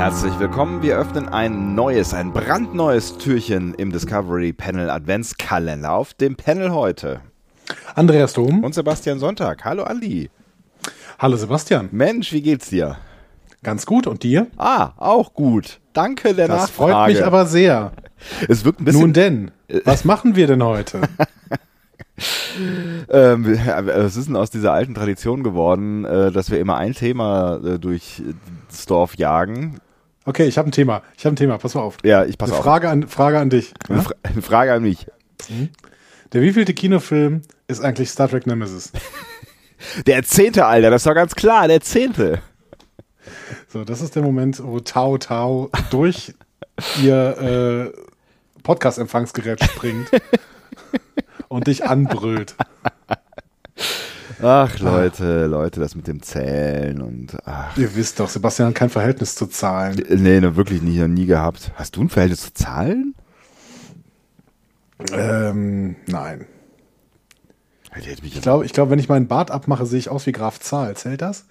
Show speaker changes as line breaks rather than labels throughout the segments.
willkommen. Wir öffnen ein neues, ein brandneues Türchen im Discovery Panel Adventskalender. Auf dem Panel heute
Andreas Dom.
und Sebastian Sonntag. Hallo Andi.
Hallo Sebastian.
Mensch, wie geht's dir?
Ganz gut. Und dir?
Ah, auch gut. Danke der
Das
Nachfrage.
freut mich aber sehr.
Es wirkt ein bisschen Äh.
Nun denn, was machen wir denn heute?
Ähm, es ist denn aus dieser alten Tradition geworden, äh, dass wir immer ein Thema äh, durch das Dorf jagen.
Okay, ich habe ein Thema. Ich habe ein Thema. Pass mal auf.
Ja, ich pass
Eine
auf.
Frage an, Frage an dich.
Eine
Ja?
Fra eine Frage an mich.
Der wievielte Kinofilm ist eigentlich Star Trek Nemesis?
Der zehnte, Alter, das war ganz klar, der zehnte.
So, das ist der Moment, wo Tau Tau durch ihr äh, Podcast-Empfangsgerät springt und dich anbrüllt.
Ach,
Ah.
Leute, Leute, das mit dem Zählen und ah. ach.
Ihr wisst doch, Sebastian hat kein Verhältnis zu Zahlen.
Nee, ne, wirklich nie, noch nie gehabt. Hast du ein Verhältnis zu Zahlen?
Ähm, nein.
Die hätte mich
Ich glaube, ich glaub, wenn ich meinen Bart abmache, sehe ich aus wie Graf Zahl. Zählt das?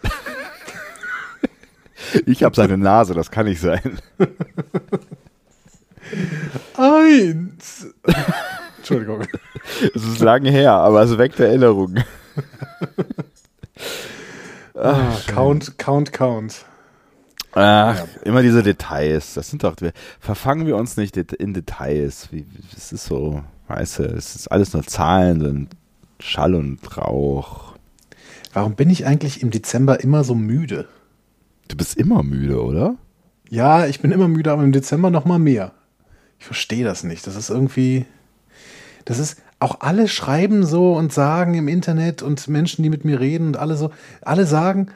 ich habe seine Nase, das kann nicht sein.
Eins. Entschuldigung.
Es ist lange her, aber es weckt Erinnerungen.
Ah, count, count, count.
Ach, immer diese Details. Das sind doch, wir, verfangen wir uns nicht det- in Details. Wie, es ist so, weißt du, es ist alles nur Zahlen und Schall und Rauch.
Warum bin ich eigentlich im Dezember immer so müde?
Du bist immer müde, oder?
Ja, ich bin immer müde, aber im Dezember noch mal mehr. Ich verstehe das nicht. Das ist irgendwie. Das ist. Auch alle schreiben so und sagen im Internet und Menschen, die mit mir reden und alle so, alle sagen,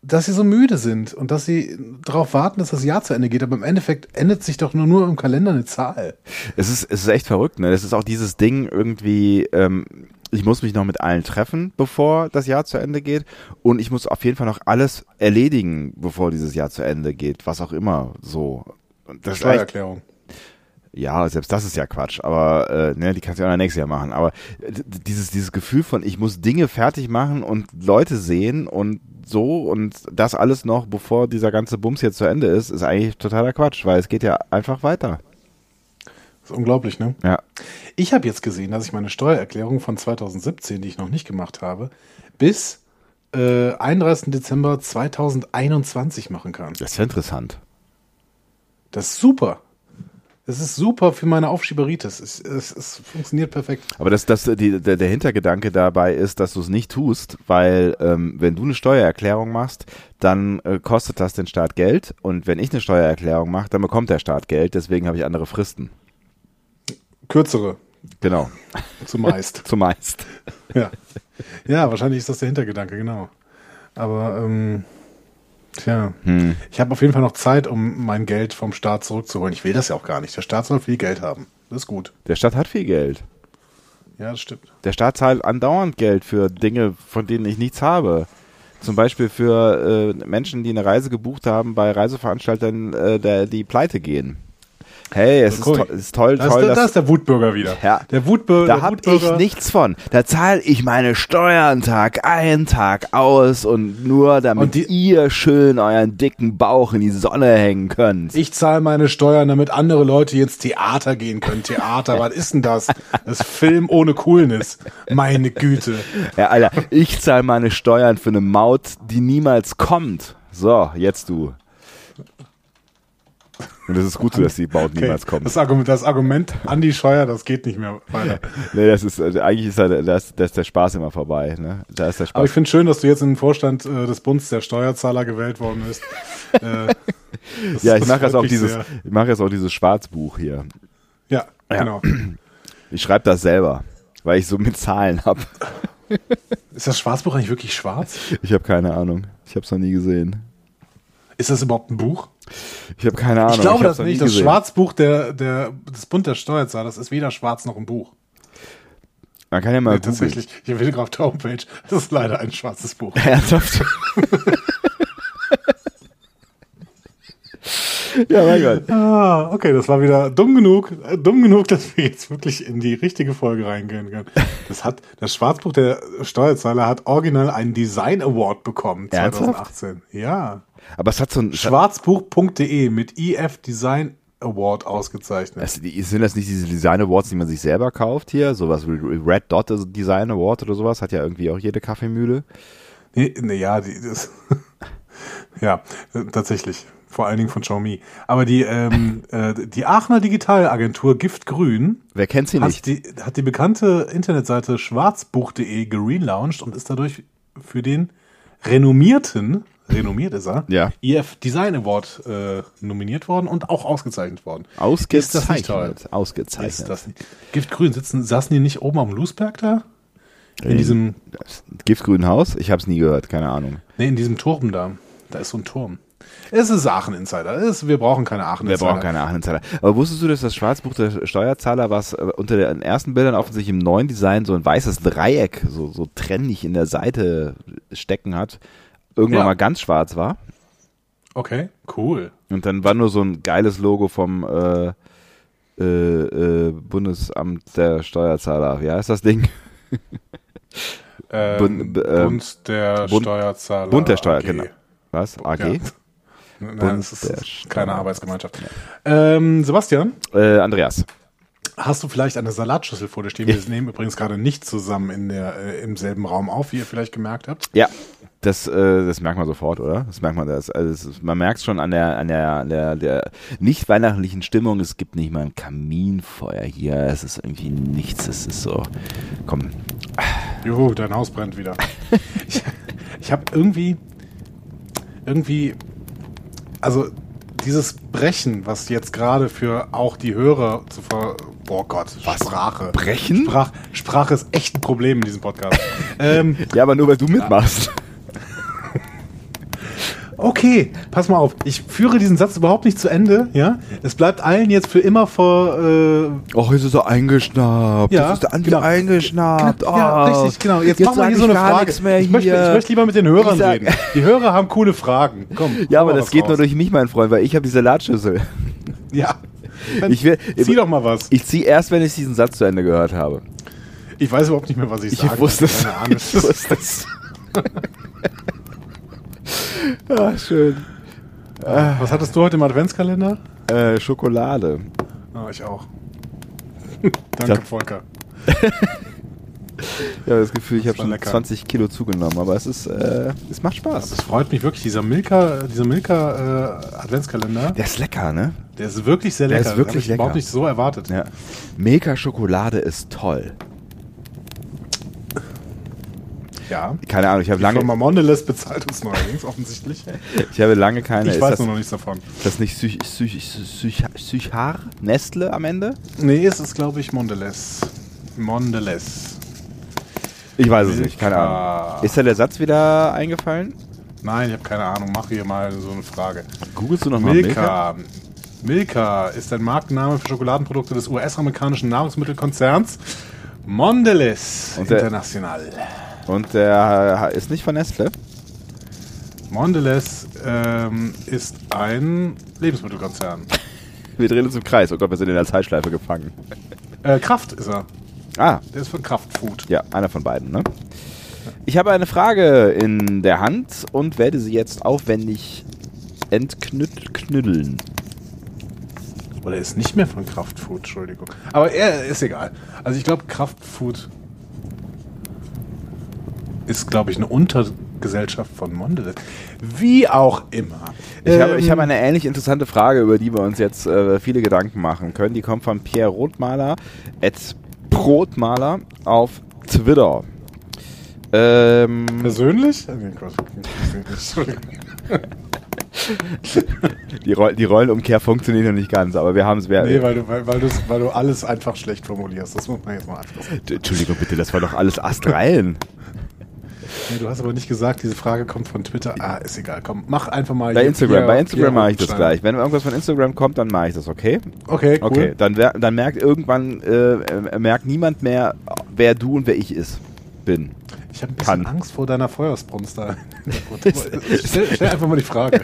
dass sie so müde sind und dass sie darauf warten, dass das Jahr zu Ende geht. Aber im Endeffekt ändert sich doch nur, nur im Kalender eine Zahl.
Es ist, es ist echt verrückt, ne? Es ist auch dieses Ding irgendwie, ähm, ich muss mich noch mit allen treffen, bevor das Jahr zu Ende geht. Und ich muss auf jeden Fall noch alles erledigen, bevor dieses Jahr zu Ende geht. Was auch immer so. Und das ist echt,
Steuererklärung.
ja, selbst das ist ja Quatsch, aber äh, ne, die kannst du ja auch nächstes Jahr machen. Aber d- d- dieses, dieses Gefühl von, ich muss Dinge fertig machen und Leute sehen und so und das alles noch, bevor dieser ganze Bums jetzt zu Ende ist, ist eigentlich totaler Quatsch, weil es geht ja einfach weiter.
Das ist unglaublich, ne?
Ja.
Ich habe jetzt gesehen, dass ich meine Steuererklärung von 2017, die ich noch nicht gemacht habe, bis äh, 31. Dezember 2021 machen kann.
Das ist ja interessant.
Das ist super. Das ist super für meine Aufschieberitis. Es, es, es funktioniert perfekt.
Aber das, das, die, der, der Hintergedanke dabei ist, dass du es nicht tust, weil ähm, wenn du eine Steuererklärung machst, dann äh, kostet das den Staat Geld und wenn ich eine Steuererklärung mache, dann bekommt der Staat Geld, deswegen habe ich andere Fristen.
Kürzere
Genau,
zumeist.
zumeist.
ja. ja, wahrscheinlich ist das der Hintergedanke, genau. Aber, ähm, tja, ich habe auf jeden Fall noch Zeit, um mein Geld vom Staat zurückzuholen. Ich will das ja auch gar nicht. Der Staat soll viel Geld haben. Das ist gut.
Der Staat hat viel Geld.
Ja, das stimmt.
Der Staat zahlt andauernd Geld für Dinge, von denen ich nichts habe. Zum Beispiel für äh, Menschen, die eine Reise gebucht haben bei Reiseveranstaltern, äh, der, die pleite gehen. Hey, es ist,
Guck.
to ist toll,
Da ist,
toll,
da,
dass
da ist der Wutbürger wieder.
Ja.
Der Wutbürger.
Da
der
hab ich
Wutbürger.
nichts von. Da zahle ich meine Steuern Tag ein, Tag aus und nur damit
Und die-
ihr schön euren dicken Bauch in die Sonne hängen könnt.
Ich zahle meine Steuern, damit andere Leute jetzt Theater gehen können. Theater, was ist denn das? Das ist Film ohne Coolness. Meine Güte.
Ja, Alter, ich zahle meine Steuern für eine Maut, die niemals kommt. So, jetzt du. Und das ist gut so, dass die Maut
Okay.
niemals kommt.
Das Argument, das Argument Andi Scheuer, das geht nicht mehr weiter.
Nee, das ist, also eigentlich ist da, da ist, da ist der Spaß immer vorbei, ne? Da ist der
Aber ich
Spaß.
finde schön, dass du jetzt in den Vorstand äh, des Bundes der Steuerzahler gewählt worden bist. Äh, das-
Ja, ich mache
freut
jetzt auch
mich
dieses,
sehr.
ich mache jetzt auch dieses Schwarzbuch hier.
Ja, genau.
Ich schreibe das selber, weil ich so mit Zahlen habe.
Ist das Schwarzbuch eigentlich wirklich schwarz?
Ich habe keine Ahnung. Ich habe es noch nie gesehen.
Ist das überhaupt ein Buch?
Ah, Ich habe keine Ahnung.
Ich glaube
hab's
das
noch nie
nicht. Das
gesehen.
Schwarzbuch der, der, des Bund der Steuerzahler, das ist weder schwarz noch ein Buch.
Man kann ja mal
Nee,
googeln.
tatsächlich. Hier will auf der Homepage. Das ist leider ein schwarzes Buch.
Ernsthaft? Ja, mein Gott.
Ah, okay, das war wieder dumm genug, äh, dumm genug, dass wir jetzt wirklich in die richtige Folge reingehen können. Das hat, das Schwarzbuch der Steuerzahler hat original einen Design Award bekommen
Ernsthaft?
2018. Ja.
Aber es hat so ein.
Schwarzbuch.de mit IF Design Award ausgezeichnet.
Das, die- sind das nicht diese Design Awards, die man sich selber kauft hier? Sowas wie Red Dot Design Award oder sowas? Hat ja irgendwie auch jede Kaffeemühle.
Nee, nee, ja, die, das, ja, äh, tatsächlich. Vor allen Dingen von Xiaomi. Aber die, ähm, äh, die Aachener Digitalagentur Giftgrün
Wer kennt sie nicht?
hat die, hat die bekannte Internetseite schwarzbuch.de gerelauncht und ist dadurch für den renommierten, renommiert ist er,
Ja.
IF Design Award äh, nominiert worden und auch ausgezeichnet worden. Ist das nicht toll?
Ausgezeichnet.
Ist
Ausgezeichnet.
das nicht. Giftgrün, sitzen, saßen die nicht oben am Loosberg da? In diesem,
Das Giftgrünen Haus? Ich hab's nie gehört, keine Ahnung.
nee, in diesem Turm da. Da ist so ein Turm. Es ist Aachen Insider. Es, wir brauchen keine Aachen
Wir
Insider.
brauchen keine Ahnenzahler. Aber wusstest du, dass das Schwarzbuch der Steuerzahler, was äh, unter den ersten Bildern offensichtlich im neuen Design so ein weißes Dreieck, so, so trennig in der Seite stecken hat, irgendwann
Ja.
mal ganz schwarz war?
Okay, cool.
Und dann war nur so ein geiles Logo vom äh, äh, äh, Bundesamt der Steuerzahler. Wie heißt das Ding?
Ähm,
Bund- b- ähm,
Bund der
Bund-
Steuerzahler.
Bund der Steuer,
AG.
genau. Was? AG?
Ja. Nein, es
der
ist
Steuer-
keine Arbeitsgemeinschaft. Ähm, Sebastian,
Äh, Andreas.
hast du vielleicht eine Salatschüssel vor dir stehen? Wir nehmen übrigens gerade nicht zusammen in der, äh, im selben Raum auf, wie ihr vielleicht gemerkt habt.
Ja, das, äh, das merkt man sofort, oder? Das merkt man, das, also es ist- man merkt es schon an der, an der, an der, der nicht weihnachtlichen Stimmung. Es gibt nicht mal ein Kaminfeuer hier. Es ist irgendwie nichts. Es ist so, komm,
Juhu, dein Haus brennt wieder. ich ich habe irgendwie, irgendwie, also dieses Brechen, was jetzt gerade für auch die Hörer zu ver... Boah Gott, Sprache.
brechen?
Sprach, Sprache ist echt ein Problem in diesem Podcast. ähm,
Ja, aber nur weil du mitmachst.
Okay, pass mal auf. Ich führe diesen Satz überhaupt nicht zu Ende. Ja, es bleibt allen jetzt für immer vor. Äh,
Oh, jetzt ist er eingeschnappt.
Ja,
jetzt ist er
genau.
eingeschnappt.
ja,
oh.
richtig, genau. Jetzt, machen wir
sag
hier so
ich
eine
gar
Frage.
nichts Mehr
ich, möchte,
hier.
ich möchte lieber mit den Hörern
Ich sag-
reden. Die Hörer haben coole Fragen. Komm.
Ja,
hau
aber
mal
das
was
geht nur
raus.
durch mich, mein Freund, weil ich habe die Salatschüssel.
Ja. Dann
Ich will-
zieh doch mal was.
Ich ziehe erst, wenn ich diesen Satz zu Ende gehört habe.
Ich weiß überhaupt nicht mehr, was ich,
Ich
sage.
wusste es.
Keine Ahnung.
Ich wusste es. ah, schön.
Äh, Was hattest du heute im Adventskalender?
Äh, Schokolade.
Ah, ich auch. Danke,
Ja.
Volker.
Ich habe das Gefühl, ich
Das
habe
war
schon
lecker.
20 Kilo zugenommen, aber es ist, äh, es macht Spaß.
Das freut mich wirklich. Dieser Milka, dieser Milka äh, Adventskalender,
Der ist lecker, ne?
der ist wirklich sehr
Der
lecker.
ist wirklich
Hab ich überhaupt
lecker.
nicht so erwartet.
Ja. Milka Schokolade ist toll.
ja.
Keine Ahnung, ich habe
Lange
lange,
Firma Mondelez bezahlt uns neuerdings, offensichtlich.
ich habe lange keine.
ich
ist
weiß
das,
nur noch nichts davon.
ist das nicht Psych, Psych, Psych, Psychar? Nestle am Ende?
Nee, es ist, glaube ich, Mondelez. Mondelez.
Ich weiß es
Milka.
nicht, keine Ahnung. Ah. Ist da der Satz wieder eingefallen?
Nein, ich habe keine Ahnung. Mach hier mal so eine Frage.
Googlest du nochmal
Milka. Milka ist ein Markenname für Schokoladenprodukte des US-amerikanischen Nahrungsmittelkonzerns Mondelez
Und der-
International.
Und der äh, ist nicht von Nestle?
Mondelez ähm, ist ein Lebensmittelkonzern.
Wir drehen uns im Kreis. Oh Gott, wir sind in der Zeitschleife gefangen.
Äh, Kraft ist er.
Ah,
Der ist von Kraftfood.
ja, einer von beiden, ne? Ich habe eine Frage in der Hand und werde sie jetzt aufwendig entknütteln.
Oder ist nicht mehr von Kraftfood, Entschuldigung. Aber er ist egal. Also ich glaube, Kraftfood ist, glaube ich, eine Untergesellschaft von Mondelez. Wie auch immer.
Ich habe ich
Ähm,
habe eine ähnlich interessante Frage, über die wir uns jetzt äh, viele Gedanken machen können. Die kommt von Pierre Rothmaler, at Brotmaler auf Twitter. Ähm,
Persönlich? Oh Nee, Quatsch. Entschuldigung.
die, Roll die Rollenumkehr funktioniert noch nicht ganz, aber wir haben es.
Nee, weil du, weil, weil, du's- weil du alles einfach schlecht formulierst. Das muss man jetzt mal anfassen.
Entschuldigung bitte, das war doch alles Astreien.
Nee, du hast aber nicht gesagt, diese Frage kommt von Twitter. Ah, ist egal. Komm, mach einfach mal.
Bei
hier
Instagram,
Pierre-
bei Instagram
Pierre
mache ich das
Rothstein.
gleich. Wenn irgendwas von Instagram kommt, dann mache ich das, okay?
Okay, cool.
Okay, dann, wer- dann merkt irgendwann äh, äh, merkt niemand mehr, wer du und wer ich ist. bin.
Ich habe ein bisschen
Kann.
Angst vor deiner Feuersbrunst da. stell, stell einfach mal die Frage.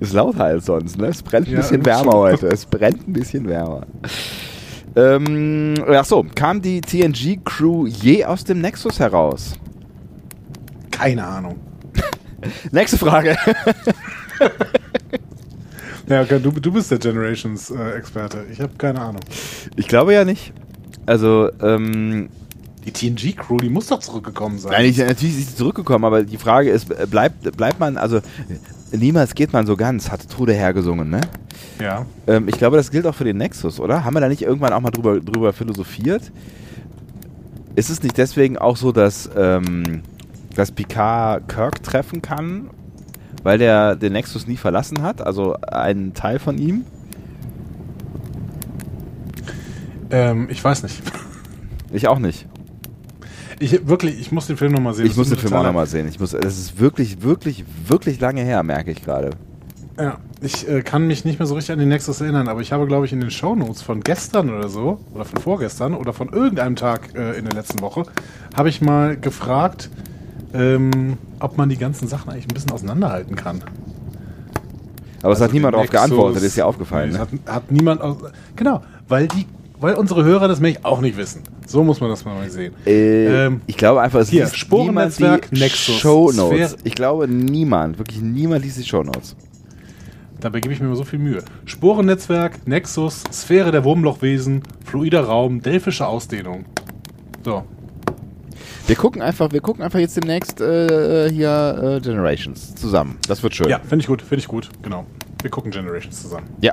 Ist lauter als sonst, ne? Es brennt ein
Ja,
bisschen
irgendwie
wärmer
schon.
heute. Es brennt ein bisschen wärmer. Ähm, ach so, kam die TNG-Crew je aus dem Nexus heraus?
Keine Ahnung.
Nächste Frage.
Ja, okay, du, du bist der Generations-Experte. ich habe keine Ahnung.
Ich glaube ja nicht. Also, ähm,
Die TNG-Crew, die muss doch zurückgekommen sein.
nein, ich, äh, natürlich ist sie zurückgekommen, aber die Frage ist, äh, bleibt, bleibt man, also, äh, niemals geht man so ganz, hat Trude hergesungen, ne?
Ja.
Ähm, ich glaube, das gilt auch für den Nexus, oder? Haben wir da nicht irgendwann auch mal drüber, drüber philosophiert? Ist es nicht deswegen auch so, dass, ähm, dass Picard Kirk treffen kann, weil der den Nexus nie verlassen hat? Also einen Teil von ihm?
Ähm, ich weiß nicht.
Ich auch nicht.
Ich, wirklich, ich muss den Film nochmal sehen.
Ich
Das
muss
ist
den
ein
Film auch
totaler-
nochmal sehen. Ich muss, das ist wirklich, wirklich, wirklich lange her, merke ich gerade.
Ja, ich äh, kann mich nicht mehr so richtig an den Nexus erinnern, aber ich habe, glaube ich, in den Shownotes von gestern oder so, oder von vorgestern, oder von irgendeinem Tag äh, in der letzten Woche, habe ich mal gefragt, ähm, ob man die ganzen Sachen eigentlich ein bisschen auseinanderhalten kann.
Aber es hat
Also
niemand
den
darauf
Nexus-
geantwortet, ist ja aufgefallen.
Nee,
ne?
es hat, hat niemand aus, Genau, weil die, weil unsere Hörer das nämlich auch nicht wissen. So muss man das mal sehen.
Äh,
Ähm,
ich glaube einfach, es
hier,
liest niemand
Sporennetzwerk,
die
Nexus,
Shownotes.
Sphäre-
Ich glaube, niemand, wirklich niemand liest die Shownotes.
Dabei gebe ich mir immer so viel Mühe. Sporennetzwerk, Nexus, Sphäre der Wurmlochwesen, fluider Raum, delphische Ausdehnung. So,
Wir gucken einfach, wir gucken einfach jetzt demnächst äh, hier äh, Generations zusammen. Das wird schön.
Ja, finde ich gut, finde ich gut, genau. Wir gucken Generations zusammen.
Ja.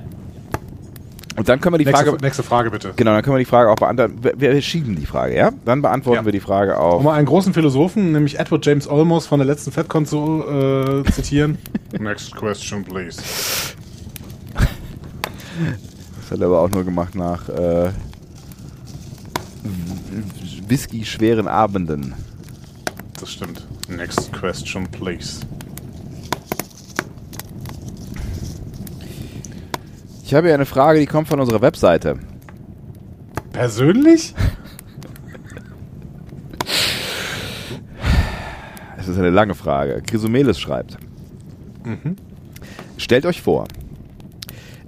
Und dann können wir die
Nächste
Frage,
Frage, nächste Frage bitte.
genau, dann können wir die Frage auch beantworten. Wir, wir schieben die Frage, ja? Dann beantworten
Ja.
wir die Frage
Um
auf.
mal einen großen Philosophen, nämlich Edward James Olmos von der letzten FedCon zu äh, zitieren. Next question, please.
Das hat er aber auch nur gemacht nach äh, Whisky schweren Abenden.
Das stimmt. Next question, please.
Ich habe hier eine Frage, die kommt von unserer Webseite.
Persönlich?
Es ist eine lange Frage. Chrysomelis schreibt.
Mhm.
Stellt euch vor,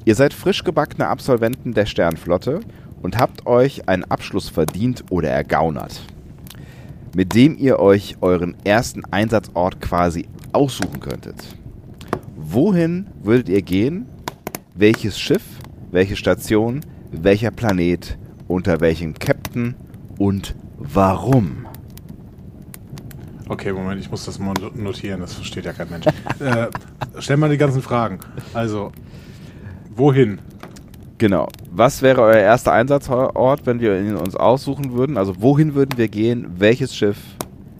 ihr seid frisch gebackene Absolventen der Sternflotte und habt euch einen Abschluss verdient oder ergaunert, mit dem ihr euch euren ersten Einsatzort quasi aussuchen könntet. Wohin würdet ihr gehen? Welches Schiff? Welche Station? Welcher Planet? Unter welchem Captain? Und warum?
Okay, Moment, ich muss das mal no- notieren, das versteht ja kein Mensch. äh, stell mal die ganzen Fragen. Also, wohin?
Genau. Was wäre euer erster Einsatzort, wenn wir ihn uns aussuchen würden? Also wohin würden wir gehen? Welches Schiff?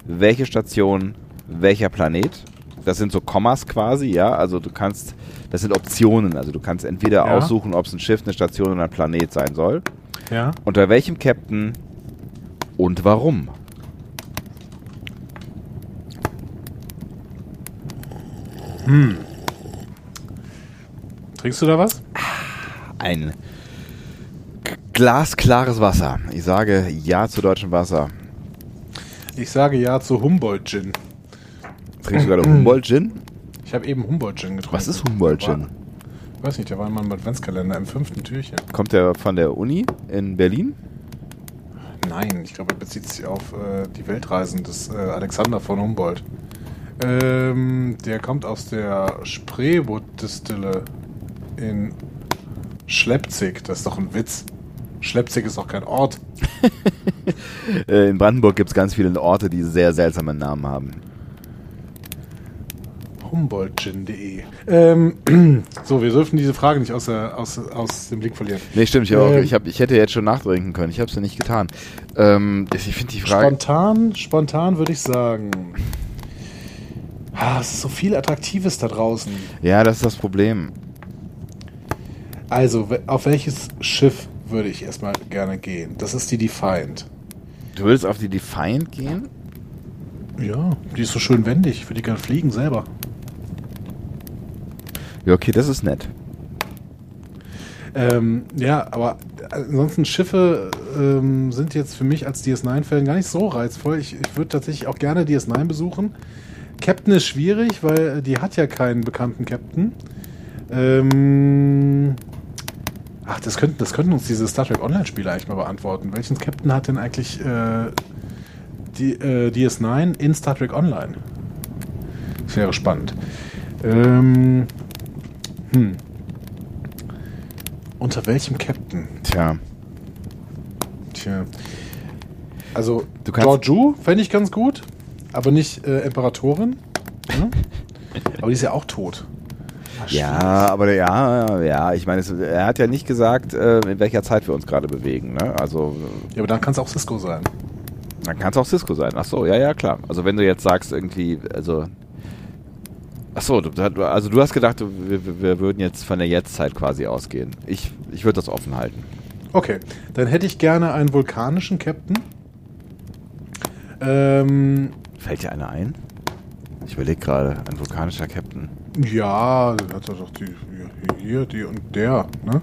Welche Station? Welcher Planet? Das sind so Kommas quasi, ja. Also du kannst, das sind Optionen. Also du kannst entweder
Ja.
aussuchen, ob es ein Schiff, eine Station oder ein Planet sein soll.
Ja?
Unter welchem Captain und warum?
Trinkst du da was?
Ein g- glasklares Wasser. Ich sage ja zu deutschem Wasser.
Ich sage ja zu Humboldt-Gin.
Trinkst du gerade Humboldt-Gin?
Ich habe eben Humboldt-Gin getrunken.
Was ist Humboldt-Gin?
Weiß nicht, der war in meinem Adventskalender im fünften Türchen.
Kommt der von der Uni in Berlin?
Nein, ich glaube, er bezieht sich auf äh, die Weltreisen des äh, Alexander von Humboldt. Ähm, der kommt aus der Spreewood-Distille in Schlepzig. Das ist doch ein Witz. Schlepzig ist doch kein Ort.
Äh, In Brandenburg gibt es ganz viele Orte, die sehr seltsame Namen haben.
Humboldt-Gin.de. Ähm, so, wir dürfen diese Frage nicht aus, der, aus, aus dem Blick verlieren.
Nee, stimmt, ich, hab auch,
Ähm.
ich, hab, ich hätte jetzt schon nachtrinken können. Ich habe es ja nicht getan. Ähm, ich finde die Frage.
Spontan, spontan würde ich sagen. Ah, es ist so viel Attraktives da draußen.
Ja, das ist das Problem.
Also, we- auf welches Schiff würde ich erstmal gerne gehen? Das ist die Defiant.
Du würdest auf die Defiant gehen?
Ja, die ist so schön wendig. Ich würde die gerne fliegen selber.
Ja, okay, das ist nett.
Ähm, ja, aber ansonsten Schiffe ähm, sind jetzt für mich als DS9-Fan gar nicht so reizvoll. Ich, ich würde tatsächlich auch gerne DS9 besuchen. Captain ist schwierig, weil äh, die hat ja keinen bekannten Captain. Ähm, ach, das könnten, das könnten uns diese Star Trek Online-Spiele eigentlich mal beantworten. Welchen Captain hat denn eigentlich äh, die, äh, DS9 in Star Trek Online? Das wäre spannend. Ähm, hm. Unter welchem Captain?
Tja.
Tja. Also,
Du kannst-
Georgiou fände ich ganz gut, aber nicht äh, Imperatorin. Ne? aber die ist ja auch tot. Ah, Ach,
Ja, aber ja, ja, ich meine, es, er hat ja nicht gesagt, äh, in welcher Zeit wir uns gerade bewegen. Ne? Also
Ja, aber dann kann es auch Cisco sein.
dann kann es auch Cisco sein. Ach so, ja, ja, klar. Also wenn du jetzt sagst irgendwie, also ach so, du, also du hast gedacht, du- wir, wir würden jetzt von der Jetztzeit quasi ausgehen. Ich, ich würde das offen halten.
Okay, dann hätte ich gerne einen vulkanischen Captain. Ähm,
Fällt dir einer ein? Ich überlege gerade, ein vulkanischer Captain.
ja, dann hat er doch die, hier, hier, die und der, ne?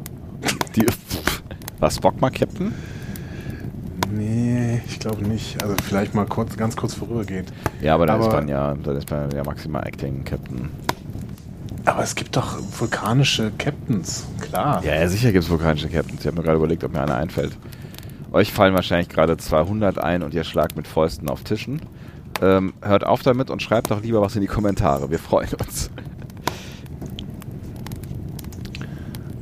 Die, war Spock mal Captain?
Nee, ich glaube nicht. Also vielleicht mal kurz, ganz kurz vorübergehend.
Ja, aber dann ist
Aber-
man ja, dann ist man ja maximal Acting Captain.
Aber es gibt doch vulkanische Captains, klar.
Ja, ja sicher gibt es vulkanische Captains. Ich habe mir gerade überlegt, ob mir einer einfällt. Euch fallen wahrscheinlich gerade 200 ein und ihr schlagt mit Fäusten auf Tischen. Ähm, hört auf damit und schreibt doch lieber was in die Kommentare. Wir freuen uns.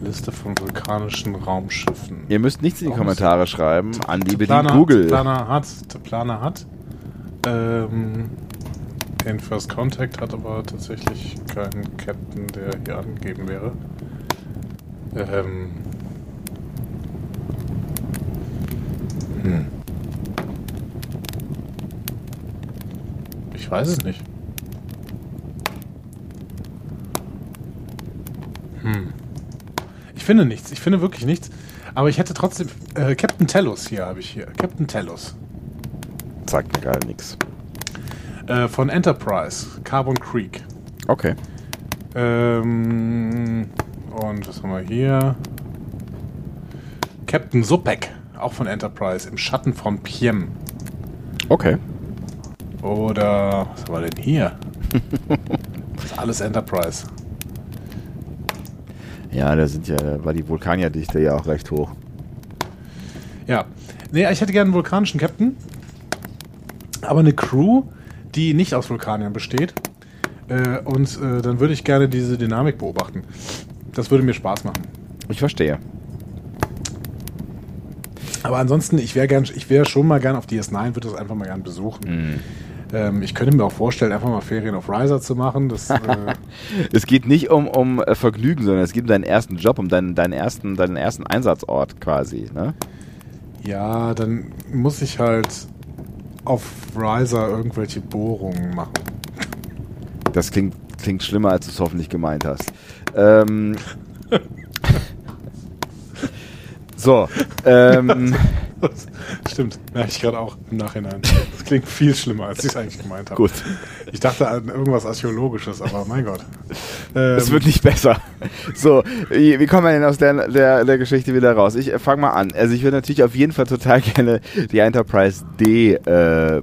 Liste von vulkanischen Raumschiffen.
Ihr müsst nichts in die
Warum ist-
Kommentare schreiben. Andi bedient
Plana-
Google.
Plana hat, der Planer hat. Ähm, den First Contact hat aber tatsächlich keinen Captain, der hier angegeben wäre. Ähm. Hm. Ich weiß es nicht. Hm. Ich finde nichts. Ich finde wirklich nichts. Aber ich hätte trotzdem. Äh, Captain Tellus hier habe ich hier. Captain Tellus.
Sagt mir gerade nichts.
Äh, von Enterprise. Carbon Creek.
Okay.
Ähm, und was haben wir hier? Captain Supek. Auch von Enterprise. Im Schatten von Piem.
Okay.
Oder. Was haben wir denn hier? das ist alles Enterprise.
Ja, da sind ja, da war die Vulkanierdichte ja auch recht hoch.
Ja. Nee, ich hätte gerne einen vulkanischen Captain. Aber eine Crew, die nicht aus Vulkaniern besteht. Äh, und äh, dann würde ich gerne diese Dynamik beobachten. Das würde mir Spaß machen.
Ich verstehe.
Aber ansonsten, ich wäre gern, ich wäre schon mal gern auf DS9, würde das einfach mal gern besuchen. Ähm, ich könnte mir auch vorstellen, einfach mal Ferien auf Riser zu machen. Das, äh,
Es geht nicht um, um äh, Vergnügen, sondern es geht um deinen ersten Job, um deinen, deinen, ersten, deinen ersten Einsatzort quasi. Ne?
ja, dann muss ich halt auf Riser irgendwelche Bohrungen machen.
Das klingt, klingt schlimmer, als du es hoffentlich gemeint hast. Ähm, so, ähm,
Das stimmt, merke ich gerade auch im Nachhinein. Das klingt viel schlimmer, als ich es eigentlich gemeint habe.
gut.
Ich dachte an irgendwas Archäologisches, aber mein Gott.
Es
Ähm,
wird nicht besser. So, wie, wie kommen wir denn aus der, der, der Geschichte wieder raus? Ich äh, fang mal an. Also ich würde natürlich auf jeden Fall total gerne die Enterprise D äh,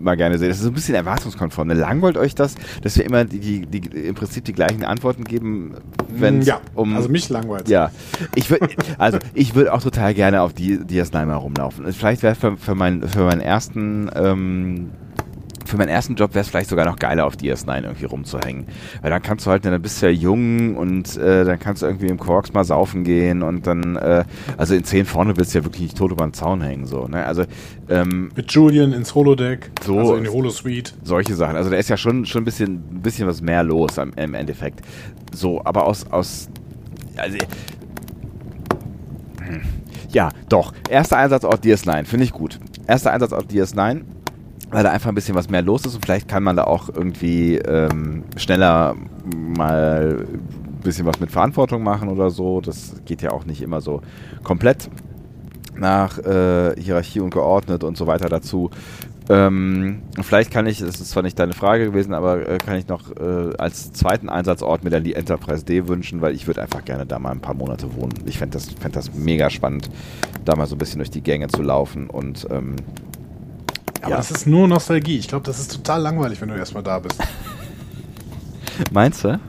mal gerne sehen. Das ist so ein bisschen erwartungskonform. Ne? Langweilt euch das, dass wir immer die, die, die, im Prinzip die gleichen Antworten geben, wenn es
ja,
um
also mich langweilt.
Ja, ich würde, also ich würde auch total gerne auf die DS9 mal rumlaufen. Vielleicht wäre für, für, meinen für meinen ersten ähm, für meinen ersten Job wäre es vielleicht sogar noch geiler, auf DS9 irgendwie rumzuhängen. Weil dann kannst du halt, dann bist du ja jung und äh, dann kannst du irgendwie im Quarks mal saufen gehen und dann, äh, also in 10 vorne willst du ja wirklich nicht tot über den Zaun hängen, so, ne? Also, ähm,
Mit Julian ins Holodeck,
So.
also in die Holosuite.
solche Sachen. Also da ist ja schon, schon ein, bisschen, ein bisschen was mehr los am, im Endeffekt. So, aber aus, aus also, Hm. ja, doch. Erster Einsatzort DS9, finde ich gut. Erster Einsatzort DS9, weil da einfach ein bisschen was mehr los ist und vielleicht kann man da auch irgendwie ähm, schneller mal ein bisschen was mit Verantwortung machen oder so. Das geht ja auch nicht immer so komplett nach äh, Hierarchie und geordnet und so weiter dazu. Ähm, vielleicht kann ich, das ist zwar nicht deine Frage gewesen, aber äh, kann ich noch äh, als zweiten Einsatzort mir dann die Enterprise D wünschen, weil ich würde einfach gerne da mal ein paar Monate wohnen. Ich fände das, fänd das mega spannend, da mal so ein bisschen durch die Gänge zu laufen und ähm,
Aber das ist nur Nostalgie. Ich glaube, das ist total langweilig, wenn du erstmal da bist.
meinst du?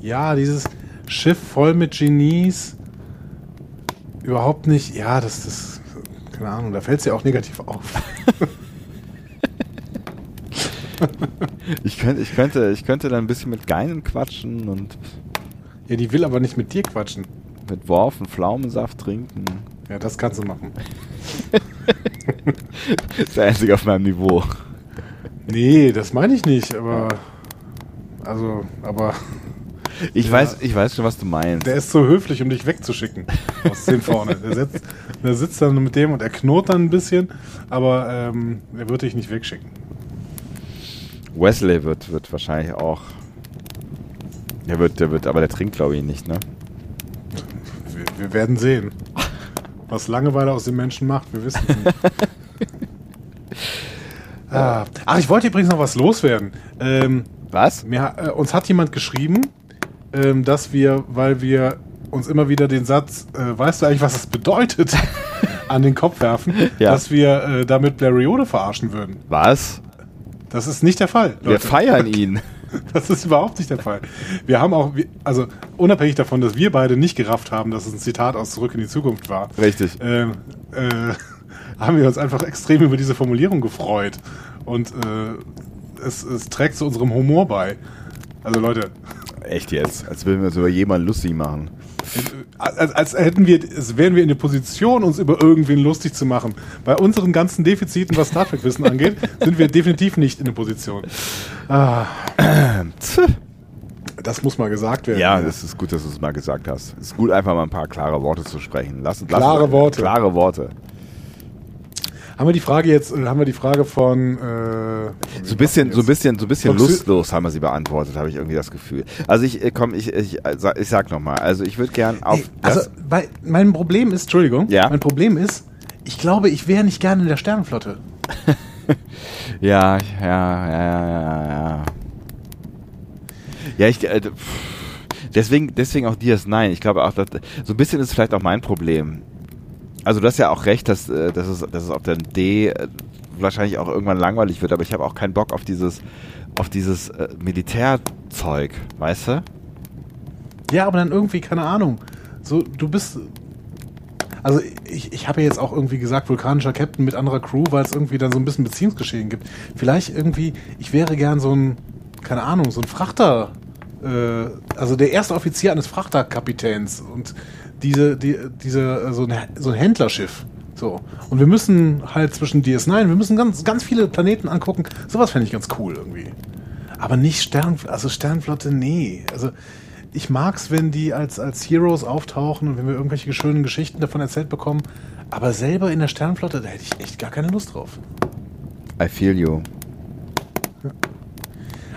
Ja, dieses Schiff voll mit Genies. Überhaupt nicht. Ja, das ist. Keine Ahnung, da fällt es ja auch negativ auf.
Ich könnte, ich könnte, ich könnte dann ein bisschen mit Geinen quatschen und
Ja, die will aber nicht mit dir quatschen.
mit Worf einen Pflaumensaft trinken.
Ja, das kannst du machen.
Das ist der einzige auf meinem Niveau.
Nee, das meine ich nicht, aber. Also, aber
Ich weiß, ich weiß schon, was du meinst.
der ist so höflich, um dich wegzuschicken. Aus dem vorne. Der sitzt, der sitzt dann mit dem und er knurrt dann ein bisschen, aber ähm, er wird dich nicht wegschicken.
Wesley wird, wird wahrscheinlich auch. Der wird, der wird, aber der trinkt, glaube ich, nicht, ne?
Wir, wir werden sehen. Was Langeweile aus den Menschen macht, wir wissen es nicht. ah. Ach, ich wollte übrigens noch was loswerden. Ähm,
Was?
mir, ha- äh, uns hat jemand geschrieben, ähm, dass wir, weil wir uns immer wieder den Satz, äh, weißt du eigentlich, was das bedeutet, an den Kopf werfen,
Ja.
dass wir äh, damit Blariode verarschen würden.
Was?
Das ist nicht der Fall.
Wir feiern ihn.
Das ist überhaupt nicht der Fall. Wir haben auch, wir- also unabhängig davon, dass wir beide nicht gerafft haben, dass es ein Zitat aus Zurück in die Zukunft war.
Richtig.
Ähm, äh, haben wir uns einfach extrem über diese Formulierung gefreut. Und äh, es, es trägt zu unserem Humor bei. Also Leute,
Echt jetzt? Als würden wir uns über jemanden lustig machen.
als, als hätten wir, es wären wir in der Position, uns über irgendwen lustig zu machen. Bei unseren ganzen Defiziten, was Star Trek Wissen angeht, sind wir definitiv nicht in der Position. Ah. Das muss mal gesagt werden.
Ja, das ist gut, dass du es mal gesagt hast. Es ist gut, einfach mal ein paar klare Worte zu sprechen. Lass, lass,
Klare Worte.
Klare Worte.
Haben wir die Frage jetzt, äh, haben wir die Frage von äh,
So ein bisschen, so ein bisschen, so ein bisschen
Magst du-
lustlos haben wir sie beantwortet, habe ich irgendwie das Gefühl. Also ich, äh, komm, ich, ich, äh, sa- ich sag nochmal. Also ich würde gern auf.
Nee, also, bei, mein Problem ist, Entschuldigung,
Ja.
mein Problem ist, ich glaube, ich wäre nicht gerne in der Sternenflotte.
das, ja, ja, ja, ja, ja. Ja, ich. Äh, pff, deswegen, deswegen auch dir nein. Ich glaube auch, dass, so ein bisschen ist vielleicht auch mein Problem. Also du hast ja auch recht, dass, äh, dass, es, dass es auf der D äh, wahrscheinlich auch irgendwann langweilig wird, aber ich habe auch keinen Bock auf dieses, auf dieses äh, Militärzeug, weißt du?
Ja, aber dann irgendwie, keine Ahnung. So, du bist. Also, ich, ich habe ja jetzt auch irgendwie gesagt, vulkanischer Captain mit anderer Crew, weil es irgendwie dann so ein bisschen Beziehungsgeschehen gibt. Vielleicht irgendwie, ich wäre gern so ein, keine Ahnung, so ein Frachter. Äh, also der erste Offizier eines Frachterkapitäns und diese, die, diese, äh, so ein, so ein Händlerschiff. So. Und wir müssen halt zwischen DS9, wir müssen ganz, ganz viele Planeten angucken. Sowas fände ich ganz cool irgendwie. Aber nicht Stern, also Sternflotte, nee. Also ich mag's, wenn die als, als Heroes auftauchen und wenn wir irgendwelche schönen Geschichten davon erzählt bekommen. Aber selber in der Sternflotte, da hätte ich echt gar keine Lust drauf.
I feel you.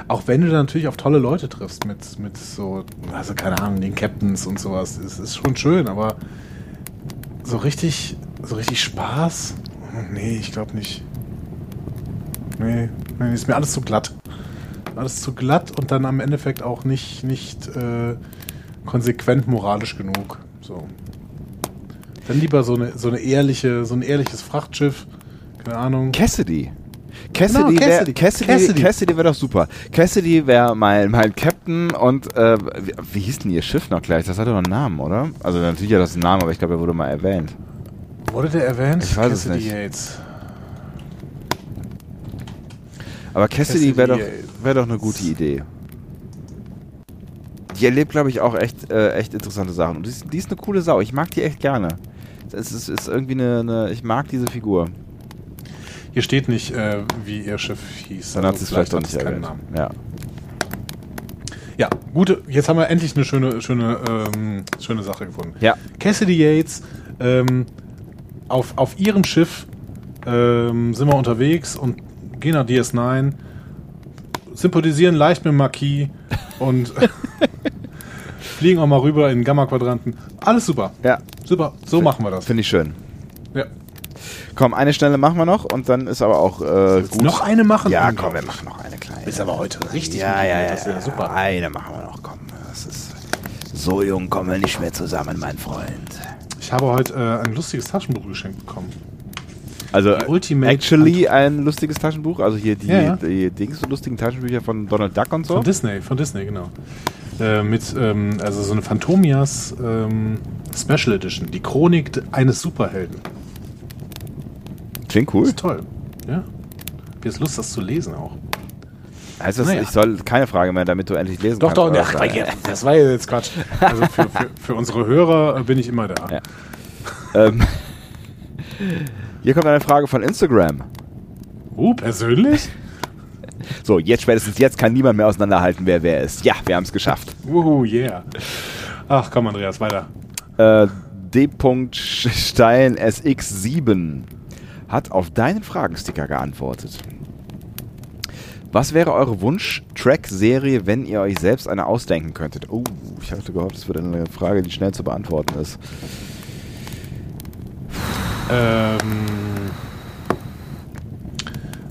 Auch wenn du da natürlich auf tolle Leute triffst mit, mit so, also keine Ahnung, den Captains und sowas. Es ist schon schön, aber so richtig, so richtig Spaß? Nee, ich glaube nicht. Nee, nee, ist mir alles zu glatt. Alles zu glatt und dann am Endeffekt auch nicht, nicht äh, konsequent moralisch genug. So. Dann lieber so eine, so eine ehrliche, so ein ehrliches Frachtschiff. Keine Ahnung.
Cassidy. Cassidy,
Genau,
wär,
Cassidy.
Cassidy, Cassidy.
Cassidy.
wäre doch super. Cassidy wäre mein, mein Captain und äh, wie, wie hieß denn ihr Schiff noch gleich? Das hatte doch einen Namen, oder? Also natürlich hat das einen Namen, aber ich glaube, er wurde mal erwähnt.
Wurde der erwähnt?
Ich weiß es
Cassidy
nicht.
Yates.
Aber Cassidy,
Cassidy, äh,
wäre
ey.
doch, wär doch eine gute Idee. Die erlebt, glaube ich, auch echt, äh, echt interessante Sachen. Und die ist, die ist eine coole Sau. Ich mag die echt gerne. Es ist, ist irgendwie eine, eine. Ich mag diese Figur.
Hier steht nicht, äh, wie ihr Schiff hieß. Also
Dann hat sie es vielleicht auch nicht
es
erwähnt. Ja.
Ja, gute. Jetzt haben wir endlich eine schöne, schöne, ähm, schöne Sache gefunden.
Ja.
Cassidy Yates, ähm, auf, auf ihrem Schiff ähm, sind wir unterwegs und gehen nach DS9, sympathisieren leicht mit dem Marquis und fliegen auch mal rüber in Gamma-Quadranten. Alles super.
Ja.
Super, so machen wir das.
Finde ich schön.
Ja.
Komm, eine schnelle machen wir noch und dann ist aber auch äh, gut.
Noch eine machen?
Ja,
Oh
komm, wir
Gott.
machen noch eine kleine.
Ist aber heute richtig.
ja,
mit
ja,
dir,
ja,
Das ist ja super.
Eine machen wir noch, komm. Das ist, so jung kommen wir nicht mehr zusammen, mein Freund.
Ich habe heute äh, ein lustiges Taschenbuch geschenkt bekommen.
Also
Die Ultimate
actually ein lustiges Taschenbuch, also hier die,
Ja, ja.
die Dings und lustigen Taschenbücher von Donald Duck und so.
Von Disney, von Disney, genau. Äh, mit, ähm, also so eine Phantomias ähm, Special Edition. Die Chronik d- eines Superhelden.
Klingt cool.
Ist toll. Ja. Hab jetzt Lust, das zu lesen auch.
Heißt das,
Naja.
ich soll keine Frage mehr, damit du endlich lesen
Doch,
kannst.
doch,
oder
ach,
was?
ja, das war jetzt Quatsch. Also für, für, für unsere Hörer äh, bin ich immer da.
Ja. Ähm, hier kommt eine Frage von Instagram.
Uh, persönlich?
So, jetzt spätestens jetzt kann niemand mehr auseinanderhalten, wer wer ist. Ja, wir haben es geschafft.
Uh, yeah. Ach komm, Andreas, weiter.
Äh, D. Stein SX7 hat auf deinen Fragensticker geantwortet. Was wäre eure Wunsch-Track-Serie, wenn ihr euch selbst eine ausdenken könntet? Oh, ich hatte gehofft, das wird eine Frage, die schnell zu beantworten ist.
Ähm,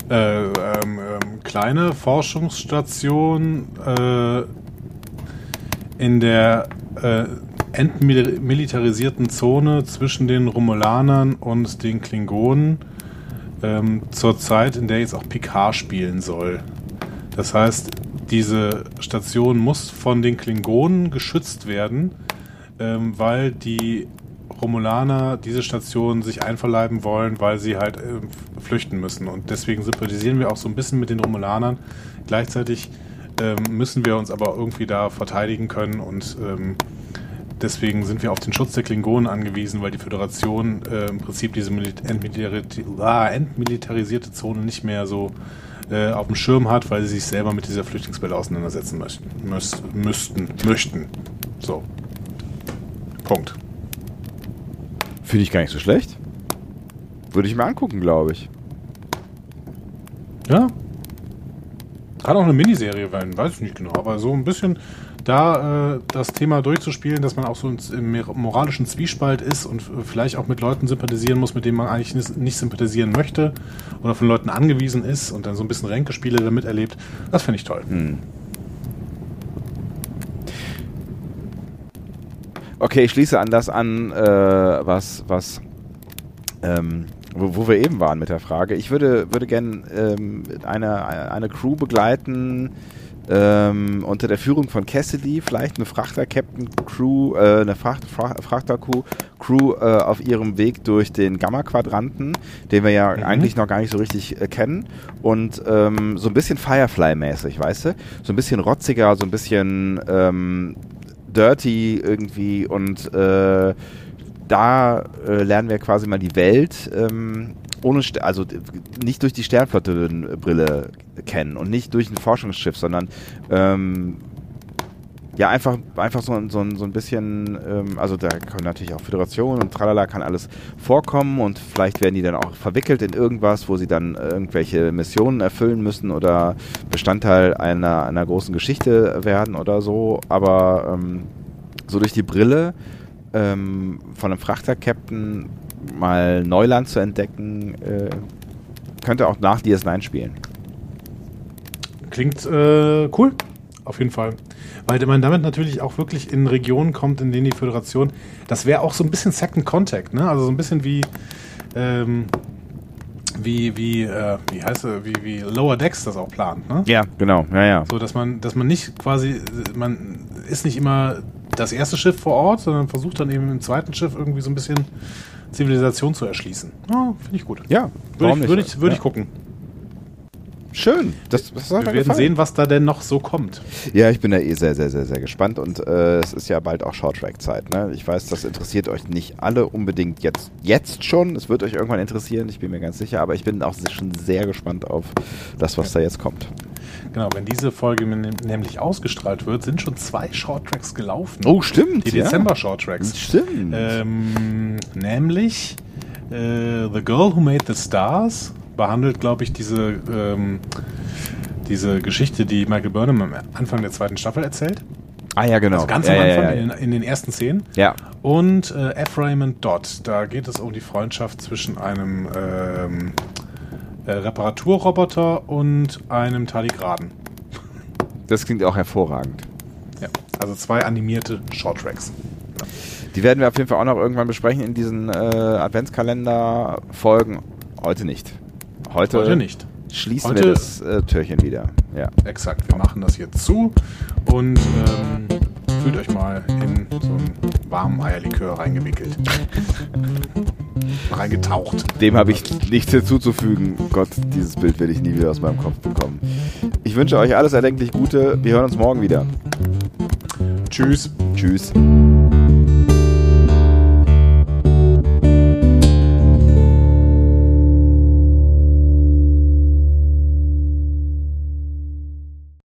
äh, ähm, ähm, kleine Forschungsstation äh, in der äh, entmilitarisierten Zone zwischen den Romulanern und den Klingonen ähm, zur Zeit, in der jetzt auch Picard spielen soll. Das heißt, diese Station muss von den Klingonen geschützt werden, ähm, weil die Romulaner diese Station sich einverleiben wollen, weil sie halt ähm, f- flüchten müssen. Und deswegen sympathisieren wir auch so ein bisschen mit den Romulanern. Gleichzeitig ähm, müssen wir uns aber irgendwie da verteidigen können und ähm, deswegen sind wir auf den Schutz der Klingonen angewiesen, weil die Föderation äh, im Prinzip diese Milit- entmilitari- ah, entmilitarisierte Zone nicht mehr so äh, auf dem Schirm hat, weil sie sich selber mit dieser Flüchtlingswelle auseinandersetzen möchten, müß, müssten, möchten. So. Punkt.
Finde ich gar nicht so schlecht. Würde ich mir angucken, glaube ich.
Ja. Kann auch eine Miniserie werden, weiß ich nicht genau, aber so ein bisschen da äh, das Thema durchzuspielen, dass man auch so ins- im mer- moralischen Zwiespalt ist und f- vielleicht auch mit Leuten sympathisieren muss, mit denen man eigentlich nis- nicht sympathisieren möchte oder von Leuten angewiesen ist und dann so ein bisschen Ränkespiele damit erlebt, das finde ich toll.
Hm. Okay, ich schließe an das an, äh, was, was, ähm, wo, wo wir eben waren mit der Frage. Ich würde, würde gerne ähm, eine, eine Crew begleiten ähm, unter der Führung von Cassidy, vielleicht eine Frachter-Captain-Crew, äh, eine Fracht, Fracht, Frachter-Crew Crew, äh, auf ihrem Weg durch den Gamma-Quadranten, den wir ja
Mhm.
eigentlich noch gar nicht so richtig äh, kennen. Und ähm, so ein bisschen Firefly-mäßig, weißt du? So ein bisschen rotziger, so ein bisschen ähm, dirty irgendwie und äh, da äh, lernen wir quasi mal die Welt ähm, ohne, Ster- also d- nicht durch die Sternflottenbrille kennen und nicht durch ein Forschungsschiff, sondern ähm, ja, einfach, einfach so, ein- so, ein- so ein bisschen, ähm, also da können natürlich auch Föderationen und tralala kann alles vorkommen und vielleicht werden die dann auch verwickelt in irgendwas, wo sie dann irgendwelche Missionen erfüllen müssen oder Bestandteil einer, einer großen Geschichte werden oder so, aber ähm, so durch die Brille ähm, von einem Frachter-Captain mal Neuland zu entdecken, äh, könnte auch nach DS9 spielen.
Klingt äh, cool, auf jeden Fall. Weil man damit natürlich auch wirklich in Regionen kommt, in denen die Föderation, das wäre auch so ein bisschen Second Contact, ne? Also so ein bisschen wie, ähm, wie, wie, äh, wie heißt er, wie, wie Lower Decks das auch plant, ne?
Ja, genau, ja, ja.
So, dass man, dass man nicht quasi, man ist nicht immer das erste Schiff vor Ort, sondern versucht dann eben im zweiten Schiff irgendwie so ein bisschen Zivilisation zu erschließen. Ja, finde ich gut.
Ja, warum
Würde ich,
nicht?
würde ich, würde ich
Ja.
gucken.
Schön. Das, das hat
Wir
mir
werden
gefallen.
sehen, was da denn noch so kommt.
Ja, ich bin da eh sehr, sehr, sehr, sehr gespannt und äh, es ist ja bald auch Shorttrack-Zeit. Ne? Ich weiß, das interessiert euch nicht alle unbedingt jetzt, jetzt schon. Es wird euch irgendwann interessieren, ich bin mir ganz sicher, aber ich bin auch schon sehr gespannt auf das, was da jetzt kommt.
Genau, wenn diese Folge nem- nämlich ausgestrahlt wird, sind schon zwei Shorttracks gelaufen.
stimmt.
die Dezember-Shorttracks.
Oh, Hm, Stimmt.
Ähm, nämlich äh, The Girl Who Made the Stars behandelt, glaube ich, diese, ähm, diese Geschichte, die Michael Burnham am Anfang der zweiten Staffel erzählt.
Ah ja, genau.
Also ganz
ja,
am
ja,
Anfang
ja, ja.
In, den, in den ersten Szenen.
Ja.
Und äh, Ephraim und Dodd. Da geht es um die Freundschaft zwischen einem ähm, äh, Reparaturroboter und einem Tardigraden.
Das klingt auch hervorragend.
Ja. Also zwei animierte Shorttracks.
Die werden wir auf jeden Fall auch noch irgendwann besprechen in diesen äh, Adventskalender-Folgen. Heute nicht. Heute,
Heute nicht.
schließen
Heute-
wir das äh, Türchen wieder. Ja.
Exakt. Wir machen das jetzt zu und ähm, fühlt euch mal in so einen warmen Eierlikör reingewickelt. Reingetaucht.
Dem habe ich nichts hinzuzufügen. Gott, dieses Bild werde ich nie wieder aus meinem Kopf bekommen. Ich wünsche euch alles erdenklich Gute. Wir hören uns morgen wieder.
Tschüss.
Tschüss.